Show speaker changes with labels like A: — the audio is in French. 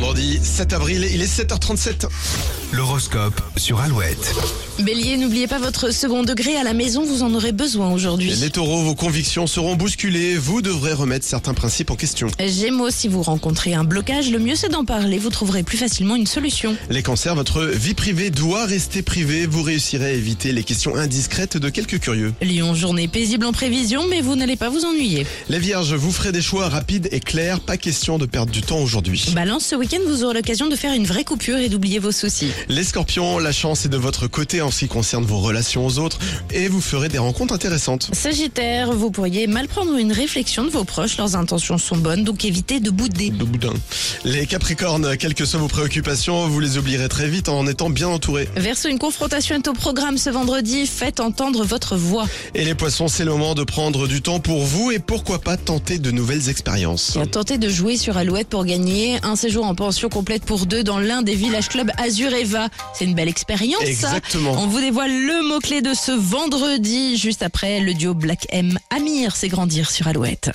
A: mardi 7 avril, il est 7h37.
B: L'horoscope sur Alouette.
C: Bélier, n'oubliez pas votre second degré à la maison, vous en aurez besoin aujourd'hui.
A: Les taureaux, vos convictions seront bousculées, vous devrez remettre certains principes en question.
C: Gémeaux, si vous rencontrez un blocage, le mieux c'est d'en parler, vous trouverez plus facilement une solution.
A: Les cancers, votre vie privée doit rester privée, vous réussirez à éviter les questions indiscrètes de quelques curieux.
C: Lyon, journée paisible en prévision, mais vous n'allez pas vous ennuyer.
A: Les vierges, vous ferez des choix rapides et clairs, pas question de perdre du temps aujourd'hui.
C: Balance, ce week-end vous aurez l'occasion de faire une vraie coupure et d'oublier vos soucis.
A: Les scorpions, la chance est de votre côté en ce qui concerne vos relations aux autres et vous ferez des rencontres intéressantes.
C: Sagittaire, vous pourriez mal prendre une réflexion de vos proches, leurs intentions sont bonnes, donc évitez de bouder.
A: De boudin. Les capricornes, quelles que soient vos préoccupations, vous les oublierez très vite en étant bien entourés.
C: Verseau, une confrontation est au programme ce vendredi, faites entendre votre voix.
A: Et les poissons, c'est le moment de prendre du temps pour vous et pourquoi pas tenter de nouvelles expériences.
C: qui a tenté de jouer sur Alouette pour gagner un séjour en pension complète pour deux dans l'un des villages clubs Azur Eva. C'est une belle expérience, ça.
A: Exactement.
C: On vous dévoile le mot-clé de ce vendredi, juste après le duo Black M. Amir, c'est grandir sur Alouette.